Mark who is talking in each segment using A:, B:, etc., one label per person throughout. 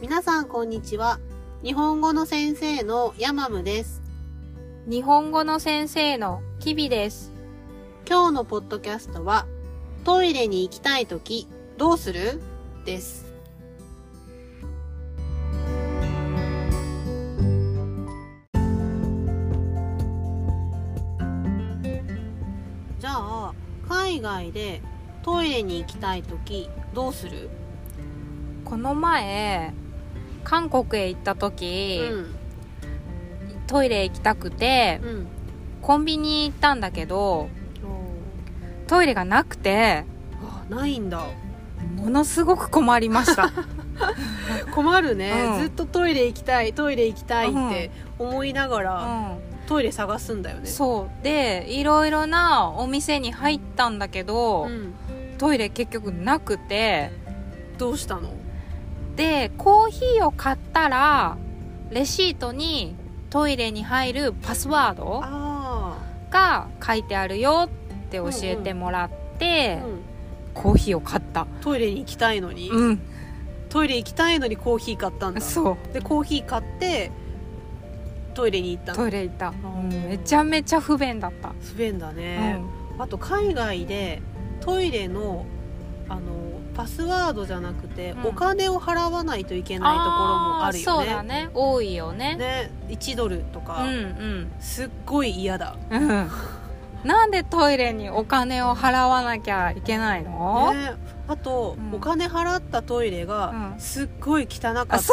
A: 皆さんこんにちは。日本語の先生のヤマムです。
B: 日本語の先生のキビです。
A: 今日のポッドキャストは、トイレに行きたいときどうするです。じゃあ、海外でトイレに行きたいときどうする、
B: この前、韓国へ行った時、トイレ行きたくて
A: う、ん。
B: コンビニ行ったんだけど、トイレがなくて、
A: あ、ないんだ。
B: ものすごく困りました。
A: 困るね、
B: うん
A: ずっとトイレ行きたいトイレ行きたいって思いなが
B: う
A: ら、
B: ん、
A: トイレ探すんだよね
B: そう。で、いろいろなお店に入ったんだけど、
A: ん、
B: トイレ結局なくて、
A: どうしたの
B: で、コーヒーを買ったら、レシートにトイレに入るパスワード
A: あ
B: が書いてあるよって教えてもらっ
A: あ、
B: て、
A: う
B: コーヒーを買った
A: ん、トイレに行きたいのに、
B: うん
A: トイレ行きたいのにコーヒー買ったんだ
B: そう
A: でコーヒー買ってトイレに行った
B: ト
A: の
B: イレ行った、うん
A: ー
B: めちゃめちゃ不便だった、
A: 不便だね、あと海外でトイレのあのパスワードじゃなくて、
B: うん
A: お金を払わないといけないところもあるよ
B: ーそうだ
A: ね
B: ね多いよね
A: ね1ドルと
B: う
A: か、
B: ん
A: すっごい嫌だ
B: うんうんなんでトイレにお金を払わなきゃいけないの、
A: ね、あと、
B: うん
A: お金払ったトイレが
B: うん
A: すっごい汚かった
B: あ
A: ら、
B: そ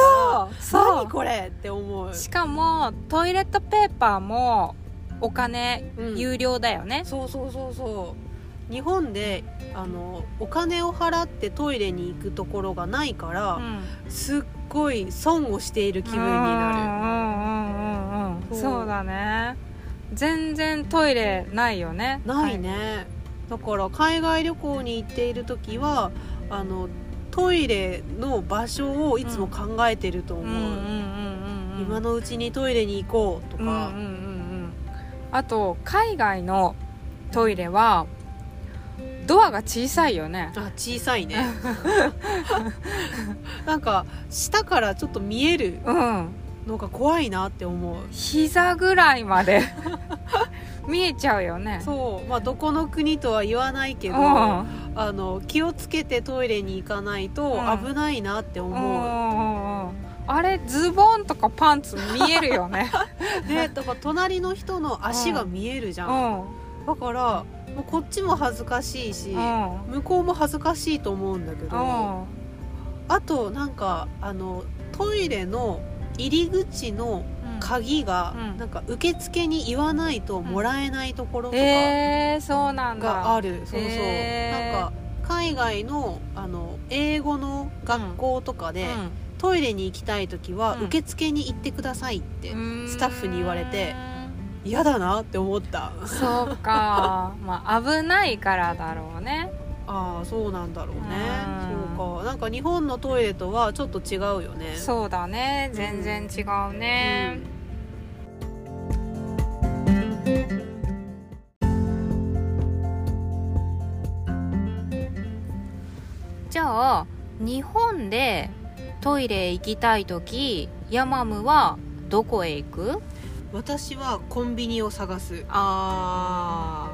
B: うそ
A: 何これって思う
B: うしかもトイレットペーパーもお金、
A: うん
B: 有料だよね
A: そうそうそうそう日本であのお金を払ってトイレに行くところがないから、
B: ん
A: すっごい損をしている気分にな
B: な
A: るそう
B: そうだね全然トイレないよね
A: るないね、だから海外旅行に行っている時はあのトイレの場所をいつも考えてると
B: はい
A: 思
B: うんうん
A: う、
B: うんうん
A: 今のうちにトイレに行こうと
B: うんうんうんう
A: か、
B: んあと海外のトイレはドアが小さいよね
A: あ小さいね なんか下からちょっと見える
B: うん
A: のが怖いなって思う
B: 膝ぐらいま で見えちゃうよね
A: そうまあどこの国とは言わないけど、
B: うん
A: あの気をつけてトイレに行かないと
B: うん
A: 危ないなって
B: うんう
A: 思う、
B: んうんあれズボンとかパンツ見えるよ ね
A: ねだから隣の人の足が見えるじ
B: う
A: ゃん、
B: んうん
A: だからもうこっちも恥ずかしいし、
B: うん
A: 向こうも恥ずかしいと思うんだけど、あとなんかあのトイレの入り口の
B: うん
A: 鍵が
B: うん
A: なんか受付に言わないともらえないところとか
B: えー、そうなんだ
A: がある、そうそう、
B: へー
A: なんか海外のあの英語の学校とかで、トイレに行きたい時は
B: うん
A: 受付に行ってくださいって、
B: うん
A: スタッフに言われて嫌だなって思った
B: そう かまあ危ないからだろうね
A: ああそうなんだろうね
B: うん
A: そうかなんか日本のトイレとはちょっと違うよね
B: そうだね全然違うね、じゃあ日本でトイレ行きたい時ヤマムはどこへ行く
A: うん私はコンビニを探す、
B: あ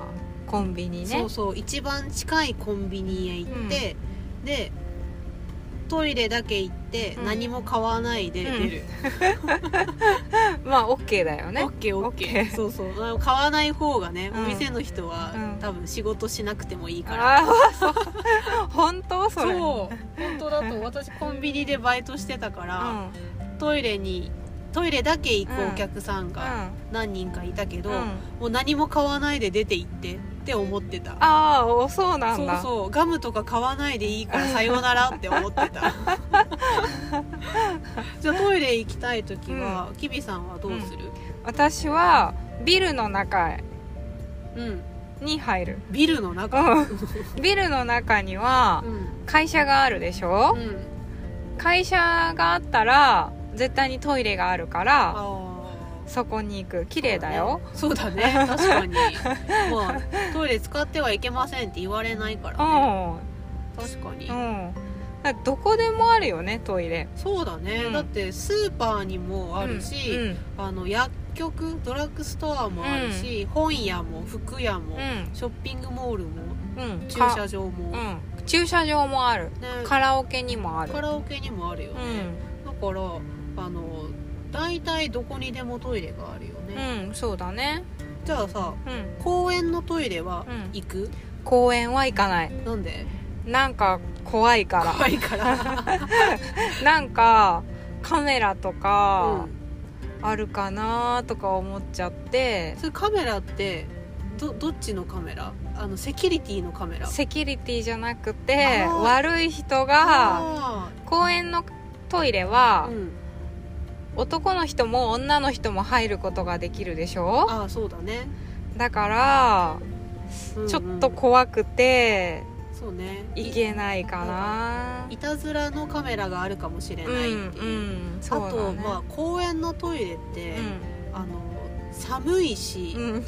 B: ーコンビニね
A: そうそう一番近いコンビニへ行って、でトイレだけ行って、
B: うん
A: 何も買わないで出る、
B: まあ OK だよね
A: オッケーオッケー
B: OK
A: そうそうあの買わない方がね、
B: うん
A: お店の人は、
B: うん
A: 多分仕事しなくてもいいから
B: ああそう 本当そ
A: そう
B: れ
A: 本当だと私コンビニでバイトしてたか
B: う
A: ら、
B: ん
A: トイレにトイレだけ行く
B: うん
A: お客さんが何人かいたけど、
B: うんうん
A: もう何も買わないで出て行ってって思ってた
B: ああおそうなん
A: そう
B: だ
A: そうガムとか買わないでいい からさよならって思ってた じゃあトイレ行きたい時は、きびさんはどうする、
B: 私はビルの中へ
A: うん
B: に入る、
A: ビルの中
B: うん、ビルの中には
A: うん
B: 会社があるでしょ会社があったら絶対にトイレがあるから
A: あー
B: そこに行く綺麗だよ
A: そうだね 確かにまあトイレ使ってはいけませんって言われないか
B: う
A: らね
B: んう
A: 確かに
B: んだからどこでもあるよねトイレ
A: そうだね、
B: うん
A: だってスーパーにもあるし、
B: うん
A: あの薬局ドラッグストアもあるし、本屋も服屋も、ショッピングモールも
B: うんうん
A: 駐
B: か
A: 車場も、
B: う
A: ね
B: ん駐車場もあるカラオケにもある
A: カラオケにもあるよ
B: う
A: ね、だからあの大体どこにでもトイレがあるよね、
B: ん、うん、そうだね
A: じゃあさ
B: うん
A: 公園のトイレは
B: うん
A: 行く、
B: 公園は行かない
A: なんで
B: なんか怖 いから
A: 怖い から、
B: なんかカメラと
A: う
B: か
A: ん、
B: あるかなとか思っちゃって、
A: それカメラってどどっちのカメラあのセキュリティのカメラ
B: セキュリティじゃなくて
A: あー
B: 悪い人が
A: あ
B: 公園のトイレ
A: あ、
B: は
A: うん、
B: 男の人も女の人も入ることができるでしょ
A: ああそうだね、
B: だから
A: うんうん
B: ちょっと怖くて
A: そうね
B: 行けないかない
A: いたずらのカメラがあるかもしれ
B: う
A: ない
B: ん
A: って
B: う
A: いう、
B: ん
A: あ
B: そうだ
A: と、
B: ね
A: まあ公園のトイレって、あの寒いし、
B: うんうん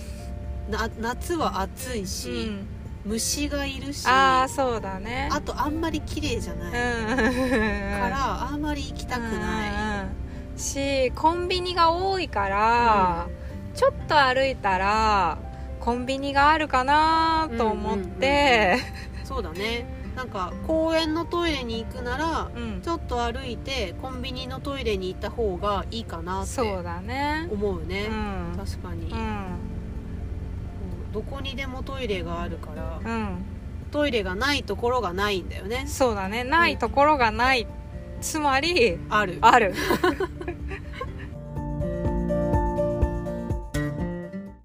A: な夏は暑いうし、
B: ん
A: 虫がいるし
B: ああそうだね
A: あとあんまり綺麗じゃない、
B: か
A: からあんまり行きたくない、
B: いしコンビニが多いから、ちょっと歩いたらコンビニがあるかなと思って
A: そうだねなんか公園のトイレに行くなら
B: うん
A: ちょっと歩いてコンビニのトイレに行った方がいいかなって
B: そうだね
A: 思うね
B: う、ん
A: 確かに、
B: う
A: こ
B: ん
A: うどこにでもトイレがあるから
B: うん
A: トイレがないところがないんだよね
B: そうだねないところがないつまり
A: ある
B: ある